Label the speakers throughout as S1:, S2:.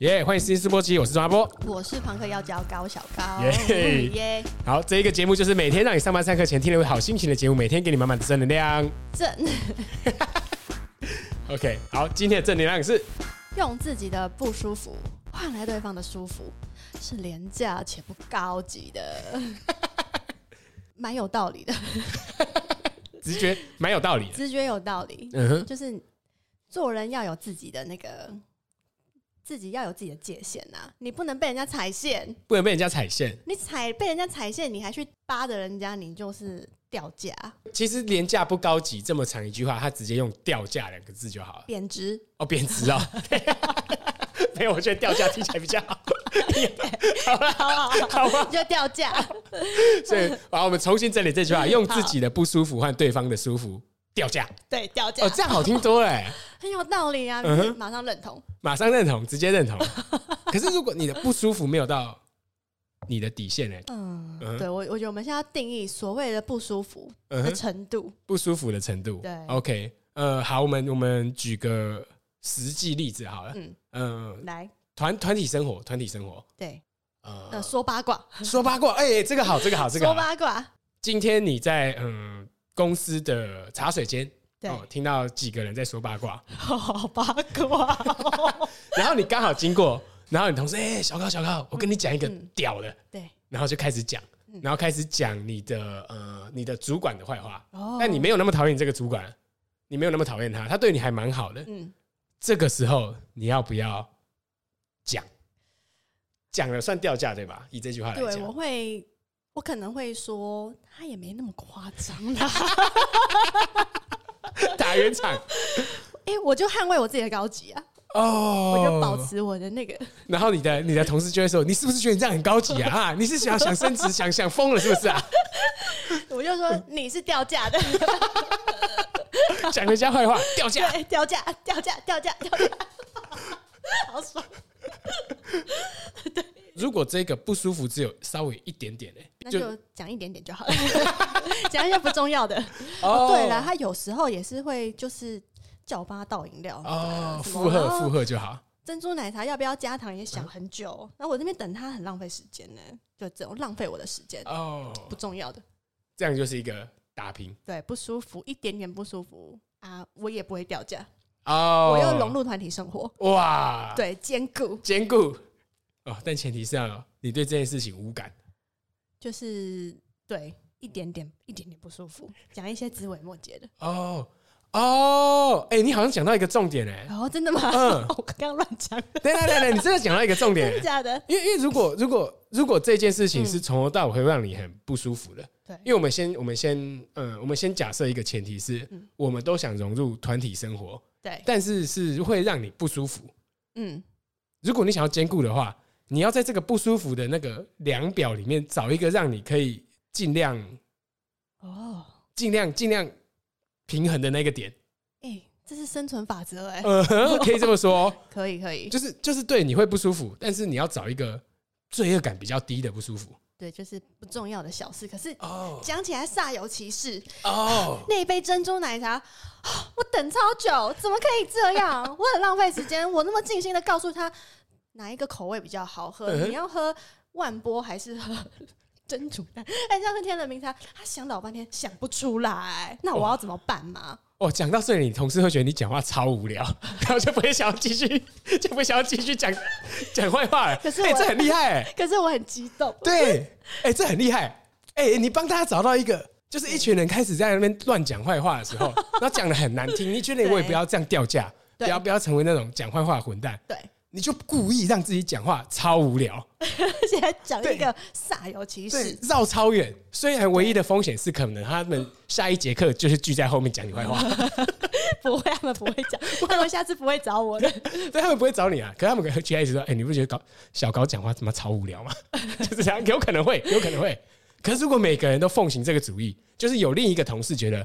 S1: 耶欢迎新思波奇，我是庄阿波。
S2: 我是朋克要教高小高，
S1: 耶
S2: 耶，
S1: 好，这一个节目就是每天让你上班上课前听了会好心情的节目，每天给你满满的正能量。
S2: 正
S1: OK，好，今天的正能量是
S2: 用自己的不舒服换来对方的舒服，是廉价且不高级的，蛮有 道理的，
S1: 直觉，蛮有道理的。
S2: 直觉有道理，
S1: 嗯哼，
S2: 就是做人要有自己的那个，自己要有自己的界限呐、你不能被人家踩线，
S1: 不能被人家踩线。
S2: 你踩被人家踩线，你还去扒着人家，你就是掉 价、
S1: 其实廉价不高级这么长一句话，他直接用掉价两个字就好了。
S2: 贬值。
S1: 哦，贬值哦。 没有，我觉得掉价听起来比较 好。
S2: 好好好，就掉价，
S1: 所以，好，我们重新整理这句话，用自己的不舒服换对方的舒服掉价。
S2: 对，掉价
S1: 哦，，这样好听多了欸。
S2: 很有道理啊！
S1: 嗯哼
S2: 马上认同，
S1: 马上认同，直接认同。 可是如果你的不舒服没有到你的底线呢、
S2: 嗯
S1: 嗯，
S2: 对我，我觉得我们现在要定义所谓的不舒服
S1: 嗯
S2: 的
S1: 哼，
S2: 程度，
S1: 不舒服的程度。
S2: 对
S1: ，OK，呃，好，我们我们举个实际例子好了。
S2: 嗯，
S1: 嗯，
S2: 来，
S1: 团团体生活，团体生活，
S2: 对，呃，
S1: 呃，
S2: 说八卦，
S1: 说八卦，哎、这个好，这个好，这个啊
S2: 说
S1: 好。
S2: 八卦，
S1: 今天你在嗯、公司的茶水间，哦
S2: 对，
S1: 听到几个人在说八卦，
S2: 哦好八卦哦，
S1: 然后你刚好经过，然后你同事，哎、小高，小高，我跟你讲一个
S2: 嗯
S1: 屌的，
S2: 对，
S1: 然后就开始讲
S2: 嗯，
S1: 然后开始讲你的呃你的主管的坏话，
S2: 哦
S1: 但你没有那么讨厌你这个主管，你没有那么讨厌他，他对你还蛮好的。
S2: 嗯，
S1: 这个时候你要不要讲？讲了算掉价对吧？以这句话来
S2: 对，我
S1: 讲，
S2: 会，我可能会说，他也没那么夸张啦，
S1: 打圆场
S2: 哎，我就捍卫我自己的高级啊，
S1: 哦，
S2: 我就保持我的那个，
S1: 然后你的你的同事就会说，你是不是觉得你这样很高级啊？啊，你是想想升职想想疯了是不 是啊？
S2: 我就说你是掉价的，
S1: 讲人家坏话掉价，
S2: 对，掉价，掉价，掉价，掉价， 好爽，
S1: 如果这个不舒服只有稍微一点欸点呢、
S2: 那就讲一点点就好了，讲一些不重要的。
S1: 哦
S2: 对了，他有时候也是会就是叫我帮他倒饮料，
S1: 哦，
S2: 什
S1: 附
S2: 么
S1: 和
S2: 然后
S1: 附和就好。
S2: 珍珠奶茶要不要加糖也想
S1: 嗯
S2: 很久，然后我这边等他很浪费时间呢，就这种浪费我的时间，
S1: 哦，
S2: 不重要的，
S1: 这样就是一个打平
S2: 对，不舒服一点点不舒服啊，我也不会掉价，
S1: 哦啊
S2: 我要融入团体生活，
S1: 哇，，
S2: 对，兼顾
S1: 兼顾哦，但前提是要你对这件事情无感
S2: 就是对一点点一点点不舒服，讲一些枝微末节的。
S1: 哦哦，哎、你好像讲到一个重点哎、
S2: 哦，真的吗？
S1: 嗯
S2: 我刚刚乱讲，
S1: 对对对对，你真的讲到一个重点
S2: 真
S1: 欸、
S2: 的假嗯的？
S1: 因为因为如果如果如果这件事情是从头到尾会让你很不舒服的，
S2: 对
S1: 因为我们先我们先嗯，我们先假设一个前提是、
S2: 嗯
S1: 我们都想融入团体生活，
S2: 对，
S1: 但是是会让你不舒服，
S2: 嗯，
S1: 如果你想要兼顾的话，你要在这个不舒服的那个量表里面找一个让你可以尽量、
S2: 哦，
S1: 尽量、尽量平衡的那个点。
S2: 哎、这是生存法则哎、
S1: 呃， 可以这么说，
S2: 可以可以，
S1: 就是就是对你会不舒服，但是你要找一个罪恶感比较低的不舒服。
S2: 对，就是不重要的小事，可是
S1: 哦
S2: 讲起来煞有其事。
S1: 哦，
S2: 那一杯珍珠奶茶，啊我等超久，怎么可以这样？我很浪费时间。我那么尽心的告诉他哪一个口味比较好喝，
S1: 嗯哼
S2: 你要喝万波还是喝珍珠奶？哎、这样喝天人名茶，他想老半天想不出来，那我要怎么办嘛？
S1: 哦，讲到这里，你同事会觉得你讲话超无聊， 然后就不会想要继续，就不会想要继续讲讲坏话了。
S2: 可是
S1: 哎、
S2: 我
S1: 这很厉害、哎
S2: 可是我很激动，
S1: 对，哎、这很厉害。哎、你帮大家找到一个，就是一群人开始在那边乱讲坏话的时候，然后讲的很难听，你觉得我也不要这样掉价，不
S2: 对
S1: 要不要成为那种讲坏话的混蛋，
S2: 对，
S1: 你就故意让自己讲话超无聊，
S2: 而且还讲
S1: 对
S2: 一个煞有其
S1: 对
S2: 事，，
S1: 绕超远。虽然唯一的风险是可能他们下一节课就是聚在后面讲你坏话，
S2: 不会，他们不会 讲，他们下次不会找我的。
S1: 对他们不会找你啊，可是他们可能其他一直说，哎、你不觉得搞小高讲话他妈超无聊吗？ 就是这样，有可能会，有可能会。可是如果每个人都奉行这个主义，就是有另一个同事觉得，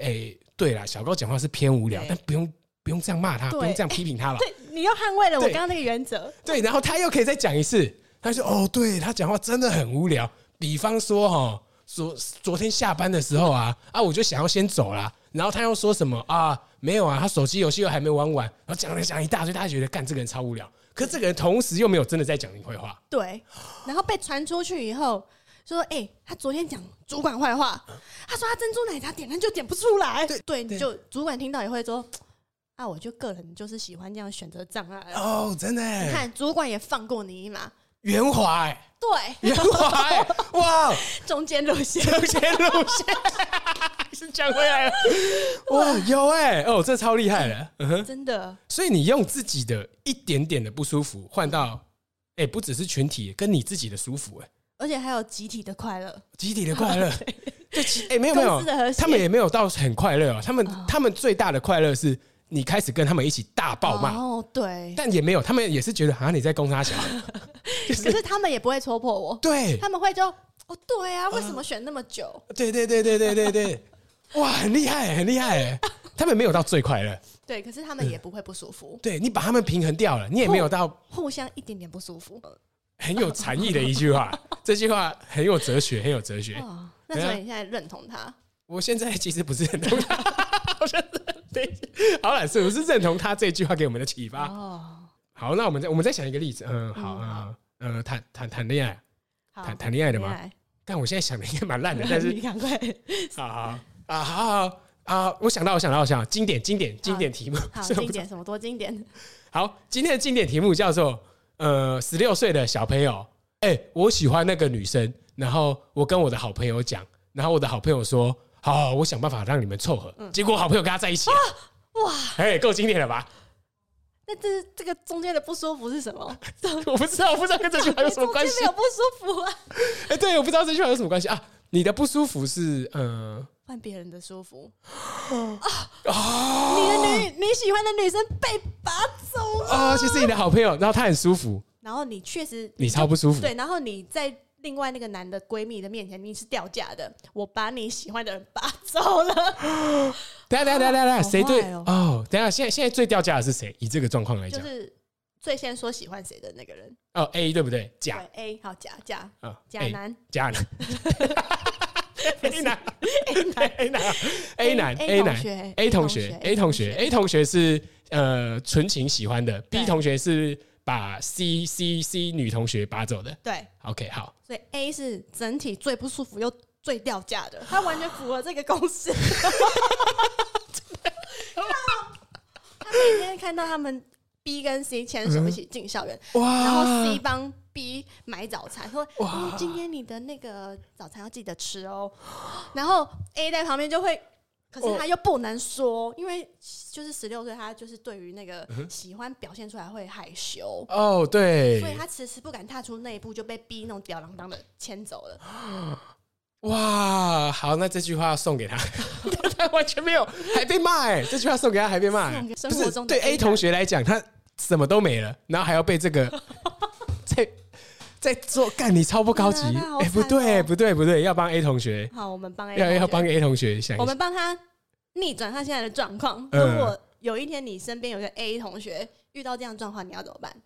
S1: 哎、对啦，小高讲话是偏无聊，
S2: 对
S1: 但不用不用这样骂他，
S2: 对
S1: 不用这样批评他吧。
S2: 对，你又捍卫了我
S1: 对
S2: 刚刚那个原则。
S1: 对，然后他又可以再讲一次，他说，哦，对他讲话真的很无聊。比方说，哈，昨昨天下班的时候啊，啊，我就想要先走啦，然后他又说什么啊，没有啊，他手机游戏又还没玩完，然后讲了讲一大堆，大家觉得干这个人超无聊。可这个人同时又没有真的在讲你坏话，
S2: 对，然后被传出去以后，说：“哎、他昨天讲主管坏话，他说他珍珠奶茶点了就点不出来。”对，你就主管听到也会说：“啊，我就个人就是喜欢这样选择障碍。
S1: 哦，真的
S2: 你
S1: 欸，
S2: 看，主管也放过你一马。
S1: 圆滑哎，
S2: 对，
S1: 圆滑哎，哇，
S2: 中间路线，
S1: 有些路线 是讲回来了，哇，有哎，哦，这超厉害了。嗯哼，
S2: 真的
S1: 所以你用自己的一点点的不舒服换到，哎，不只是群体，跟你自己的舒服哎，
S2: 而且还有集体的快乐，
S1: 集体的快 乐，就其哎没有没
S2: 公
S1: 有
S2: 司，的和谐。
S1: 他们也没有到很快乐哦，他们他们最大的快乐是你开始跟他们一起大爆骂。
S2: 哦，对，
S1: 但也没有，他们也是觉得啊，你在攻他小，
S2: 可是他们也不会戳破我，
S1: 对，
S2: 他们会就哦，对啊，为什么选那么久？
S1: 对对对对对对 对，哇，很厉害，很厉害。哎他们没有到最快乐，
S2: 对，可是他们也不会不舒服，
S1: 对你把他们平衡掉了，你也没有到
S2: 互相一点点不舒服。
S1: 很有禅意的一句 话。这句话很有哲学，很有哲学。
S2: 哦，那所以你现在认同他？
S1: 我现在其实不是很懂他， 好像是对，好了，是不是认同他这句话给我们的启发？
S2: 哦，
S1: 好，那我们再我们再想一个例子，嗯，好啊，嗯，呃谈谈谈恋爱，
S2: 好
S1: 谈谈恋爱的吗？
S2: 恋
S1: 但我现在想的应该蛮烂的
S2: 爱，
S1: 但是
S2: 你赶 快，
S1: 好好啊，好好啊，我想到，我想到，我想到，经典，经典，经典题目，
S2: 好
S1: 所以我
S2: 经
S1: 不知道
S2: 典什么多经典？
S1: 好，今天的经典题目叫做呃，十六岁的小朋友，哎、我喜欢那个女生，然后我跟我的好朋友讲，然后我的好朋友说，好好我想办法让你们凑合，
S2: 嗯
S1: 结果好朋友跟他在一起
S2: 啊
S1: 了，
S2: 哇，
S1: 哎、够经典了吧？
S2: 那这这个中间的不舒服是 什么？
S1: 我不知道，我不知道跟这句话有什么关系
S2: 中间没，有不舒服啊，
S1: 哎、对，我不知道这句话有什么关系啊。你的不舒服是，嗯、
S2: 换别人的舒服。
S1: 啊
S2: 你的女你喜欢的女生被拔走了，
S1: 啊，其实你的好朋友，然后他很舒服，
S2: 然后你确实
S1: 你超不舒服，
S2: 对，然后你在。另外那个男的闺蜜的面前，你是掉价的，我把你喜欢的人拔走了，
S1: 等一下，等一下，等一下，等一下，
S2: 好
S1: 谁对？
S2: 坏哦
S1: 哦，等一下，现在现在最掉价的是谁？以这个状况来
S2: 就
S1: 哎讲，
S2: 是最先说喜欢谁的那个人。
S1: 哦，A 对不对？甲
S2: 对 A 好假假
S1: 啊
S2: 假
S1: ，A
S2: 男
S1: 甲 男，A 男
S2: A 男
S1: ，A 男，A 男
S2: A
S1: 男
S2: 同学
S1: A 同学，A 同学，A 同学是呃纯情喜欢的
S2: 对
S1: ，B 同学是把 C C C 女同学拔走的。
S2: 对，
S1: OK，好，
S2: 所以 A 是整体最不舒服又最掉价的，他完全符合这个公式。啊他每天看到他们 B 跟 C 牵手一起进校园，然后
S1: 啊
S2: C 帮 B 买早餐，说：“嗯，今天你的那个早餐要记得吃哦。”然后 A 在旁边就会。可是他又不能
S1: 哦
S2: 说，因为就是十六岁，他就是对于那个
S1: 嗯
S2: 喜欢表现出来会害羞。
S1: 哦，
S2: 所以
S1: 对，
S2: 他迟迟不敢踏出那一步，就被逼那种吊郎当的牵走了。
S1: 啊哇，好，那这句话送给他， 他完全没有，还被骂哎，这句话送给他还被骂欸
S2: 送给，生
S1: 不
S2: 活
S1: 是
S2: 中的
S1: 对
S2: A
S1: A 同学来讲，他什么都没了，然后还要被这 个在在做干，你超不高级
S2: 对啊他好，
S1: 哎，不
S2: 惨
S1: 对
S2: 哦哎
S1: 不对不对，要帮 A 同学，
S2: 好，我们帮 A，
S1: 要
S2: 同学
S1: 要帮 A 同学想
S2: 我
S1: 一
S2: 们
S1: 下，
S2: 帮他逆转他现在的状况。
S1: 嗯
S2: 如果有一天你身边有一个 A 同学遇到这样的状况，你要怎么办？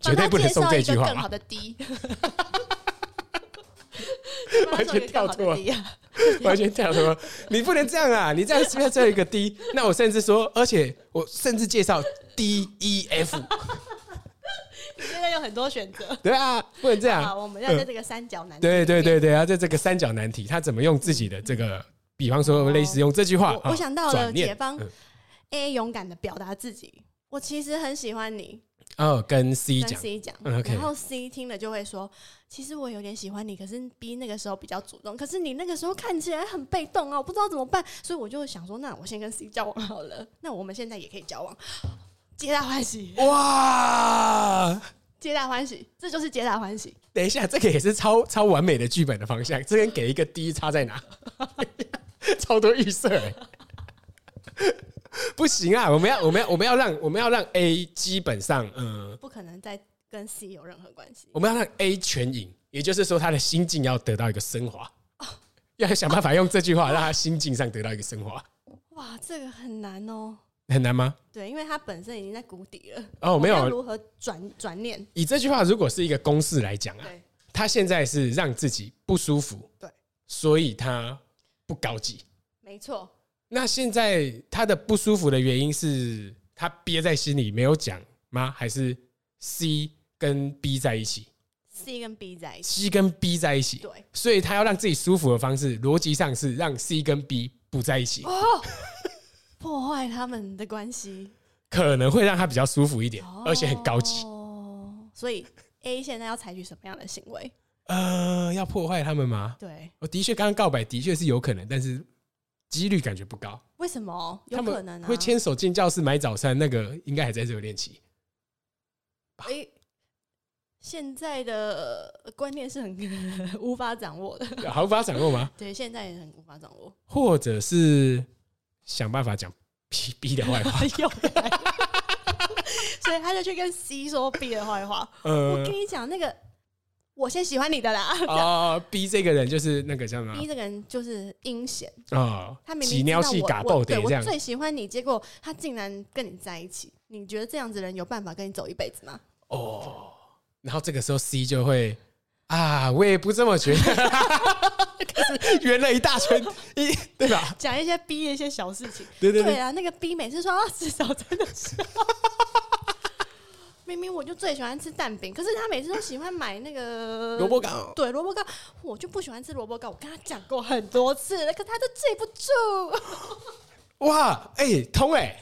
S1: 绝对不能送
S2: 帮他
S1: 这句
S2: 介绍一个
S1: 话
S2: 更好
S1: 吧，
S2: 的 D。
S1: 完全跳脱了
S2: 帮他送一个更好的 D 啊
S1: 完全跳脱，你不能这样啊，你这样是不是只有一个 D？那我甚至说，而且我甚至介绍 D E F，
S2: 你现在有很多选择。
S1: 对啊，不能这样，
S2: 好，我们要在这个三角男。
S1: 对对对对，然后在这个三角难题，他怎么用自己的这个，比方说类似用这句话，
S2: 哦
S1: 啊
S2: 我我想到了
S1: 转念
S2: 解方
S1: 嗯
S2: A 勇敢的表达自己，我其实很喜欢你，
S1: 哦，跟 C
S2: 跟
S1: 讲，
S2: C 讲，
S1: 嗯，OK
S2: 然后 C 听了就会说，其实我有点喜欢你，可是 B 那个时候比较主动，可是你那个时候看起来很被动啊，我不知道怎么办，所以我就想说，那我先跟 C 交往好了，那我们现在也可以交往，皆大欢喜，
S1: 哇，
S2: 皆大欢喜，这就是皆大欢喜。
S1: 等一下，这个也是超超完美的剧本的方 向，这跟给一个 D 差在哪？超多预设、欸，不行啊！我们要我们要我们要让我们要让 A 基本上，嗯、
S2: 不可能再跟 C 有任何关系。
S1: 我们要让 A 全赢，也就是说他的心境要得到一个升华，
S2: 哦
S1: 要想办法用这句话让他心境上得到一个升华，
S2: 哇，这个很难哦。
S1: 很难吗？
S2: 对，因为他本身已经在谷底了。
S1: 哦，
S2: 我
S1: 没
S2: 们要
S1: 有。
S2: 如何转转念？
S1: 以这句话如果是一个公式来讲啊，
S2: 对，
S1: 他现在是让自己不舒服，
S2: 对，
S1: 所以他不高级。
S2: 没错，
S1: 那现在他的不舒服的原因是他憋在心里没有讲吗？还是 C 跟 B 在一起
S2: C 跟 B 在一起。
S1: ，C 跟 B 在一起？
S2: 对，
S1: 所以他要让自己舒服的方式，逻辑上是让 C 跟 B 不在一起，
S2: 哦破坏他们的关系，
S1: 可能会让他比较舒服一点，而且很高级。
S2: 哦，所以 A 现在要采取什么样的行为？
S1: 呃，要破坏他们吗？
S2: 对，
S1: 我哦的确，刚刚告白的确是有可能，但是几率感觉不高。
S2: 为什么？有
S1: 他们
S2: 可能啊，
S1: 会牵手进教室买早餐，那个应该还在热恋 期。
S2: 哎、现在的呃观念是很 无法掌握的，
S1: 毫无法掌握吗？
S2: 对，现在也很无法掌握。
S1: 或者是想办法讲 B B 的坏话？
S2: 又来了所以他就去跟 C 说 B 的坏话。 我
S1: 呃
S2: 跟，你讲，那个我先喜欢你的啦。
S1: 哦，B 这个人就是那个叫什么
S2: B 这个人就是阴险，
S1: 啊
S2: 他？明
S1: 挤
S2: 明知
S1: 尿
S2: 道
S1: 系嘎
S2: 我
S1: 爆
S2: 我
S1: 的
S2: 对
S1: 这
S2: 我
S1: 样，
S2: 最喜欢你，结果他竟然跟你在一起。你觉得这样子的人有办法跟你走一辈子吗？
S1: 哦然后这个时候 C 就会啊，我也不这么觉 得，圆了一大圈，一对吧？
S2: 讲一些 B 的一些小事情。
S1: 对对对
S2: 啊，那个 B 每次说要吃早餐的时候， 明明我就最喜欢吃蛋饼，可是他每次都喜欢买那个
S1: 萝卜。糕，
S2: 对萝卜糕，我就不喜欢吃萝卜糕。我跟他讲过很多次了，可他都记不住。
S1: 哇，哎、通哎、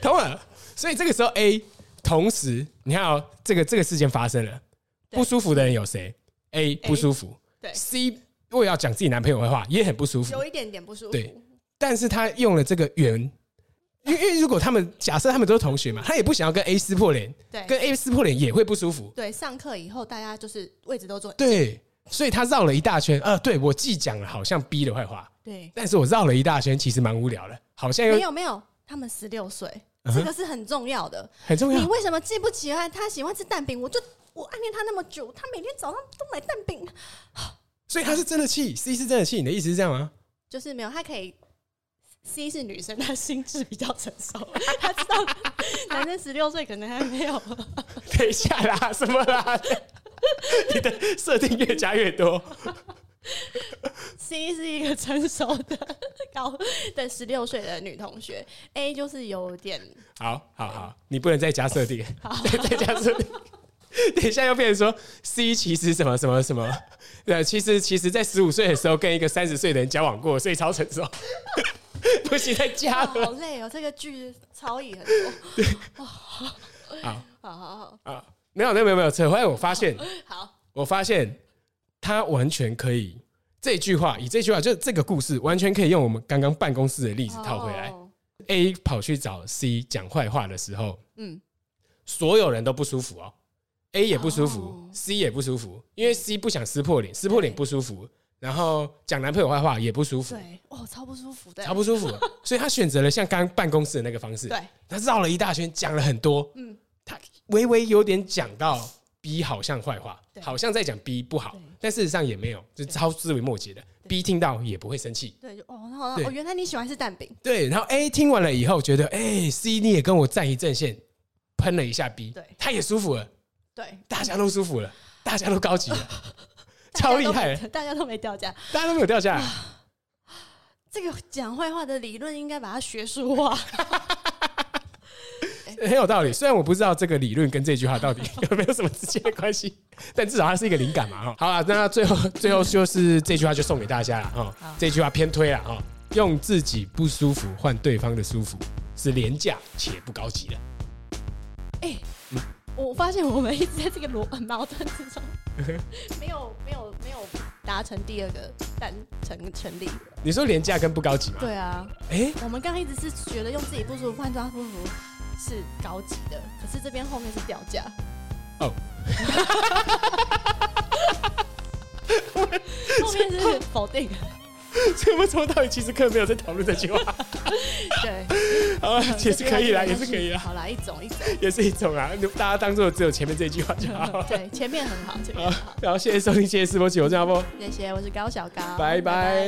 S1: 通了。所以这个时候 A 同时，你看哦，这个这个事件发生了，
S2: 对
S1: 不舒服的人有谁？A 不舒服
S2: 对
S1: ，C 如果要讲自己男朋友的话，也很不舒服
S2: 有。一点点不舒服。
S1: 对，但是他用了这个圆，因为因为如果他们假设他们都是同学嘛，他也不想要跟 A 撕破脸，
S2: 对
S1: 跟 A 撕破脸也会不舒服。
S2: 对上课以后大家就是位置都坐。
S1: 对，所以他绕了一大圈。呃，对我既讲了好像 B 的坏话，
S2: 对，
S1: 但是我绕了一大圈，其实蛮无聊的，好像
S2: 没
S1: 又
S2: 有没有，他们十六岁，
S1: 嗯哼啊
S2: 这个是很重要的。
S1: 很重
S2: 你
S1: 要。
S2: 为什么记不起来他喜欢吃蛋饼？我就我暗恋他那么久，他每天早上都买蛋饼，
S1: 所以他是真的 气，C 是真的气。你的意思是这样吗？
S2: 就是没有，他可以。C 是女生，她心智比较成熟， 她知道男生十六岁可能还没有。
S1: 等一下啦，什么啦？ 你的设定越加越多。
S2: C 是一个成熟的高 的十六岁的女同学，A 就是有点
S1: 好好好，你不能再加设定， 再加设定。等一下又变成说 C 其实什么什么什么，对，其实其实在十五岁的时候跟一个三十岁的人交往过，所以超成熟。 不行，再加
S2: 啊
S1: 了
S2: 好累哦，这个剧超译很多。
S1: 好
S2: 好好好
S1: 啊！没有没有没有没有，扯回来我发现
S2: 好，
S1: 我发现他完全可以这句话，以这句话就这个故事，完全可以用我们刚刚办公室的例子套回来。
S2: 哦
S1: A 跑去找 C 讲坏话的时候，
S2: 嗯，
S1: 所有人都不舒服哦，A 也不舒服、
S2: 哦
S1: c 也不舒服，因为 C 不想撕破脸，撕破脸不舒服，然后讲男朋友坏话也不舒服，
S2: 对，哦，超不舒服的，
S1: 超不 舒服，所以他选择了像刚刚办公室的那个方式，
S2: 对，
S1: 他绕了一大圈，讲了很多，
S2: 嗯，
S1: 他微微有点讲到 B 好像坏话，
S2: 对
S1: 好像在讲 B 不好
S2: 对，
S1: 但事实上也没有，就超思维末节的。B 听到也不会生气，
S2: 对，就哦，然后
S1: 对
S2: 哦，原来你喜欢吃蛋饼，
S1: 对。然后 A 听完了以后觉得，哎、c 你也跟我站一阵线，喷了一下 B，
S2: 对
S1: 他也舒服了，
S2: 对，
S1: 大家都舒服了，大家都高 级了，超厉害
S2: 大家都没，大家都没掉哎价。
S1: 大家都没有掉下来。
S2: 这个讲坏话的理论应该把它学术化，
S1: 很有道理。虽然我不知道这个理论跟这句话到底有没有什么直接的关系， 但至少它是一个灵感嘛哈。好了，那最后最后就是这句话就送给大家了哈。这句话偏推了哈，用自己不舒服换对方的舒服是廉价且不高级的。
S2: 哎、我发现我们一直在这个逻矛盾之 中，没有没有没有达成第二个单成成立。
S1: 你说廉价跟不高级吗？
S2: 对啊，
S1: 哎、
S2: 我们刚刚一直是觉得用自己不舒服换对方不舒服是高级的，可是这边后面是掉价。
S1: 哦，
S2: 后面是否定。
S1: 所以我们从头到尾其实根本没有在讨论这句话。
S2: 对，
S1: 好啦 也是可以啦，也是可以啊啦，
S2: 好啦，一种一种，
S1: 也是一种啦。你大家当做只有前面这一句话就好。
S2: 对，前面很好，前面很好。
S1: 然后谢谢收听，谢谢世博起，我是阿波，
S2: 谢谢，我是高小高，
S1: 拜拜。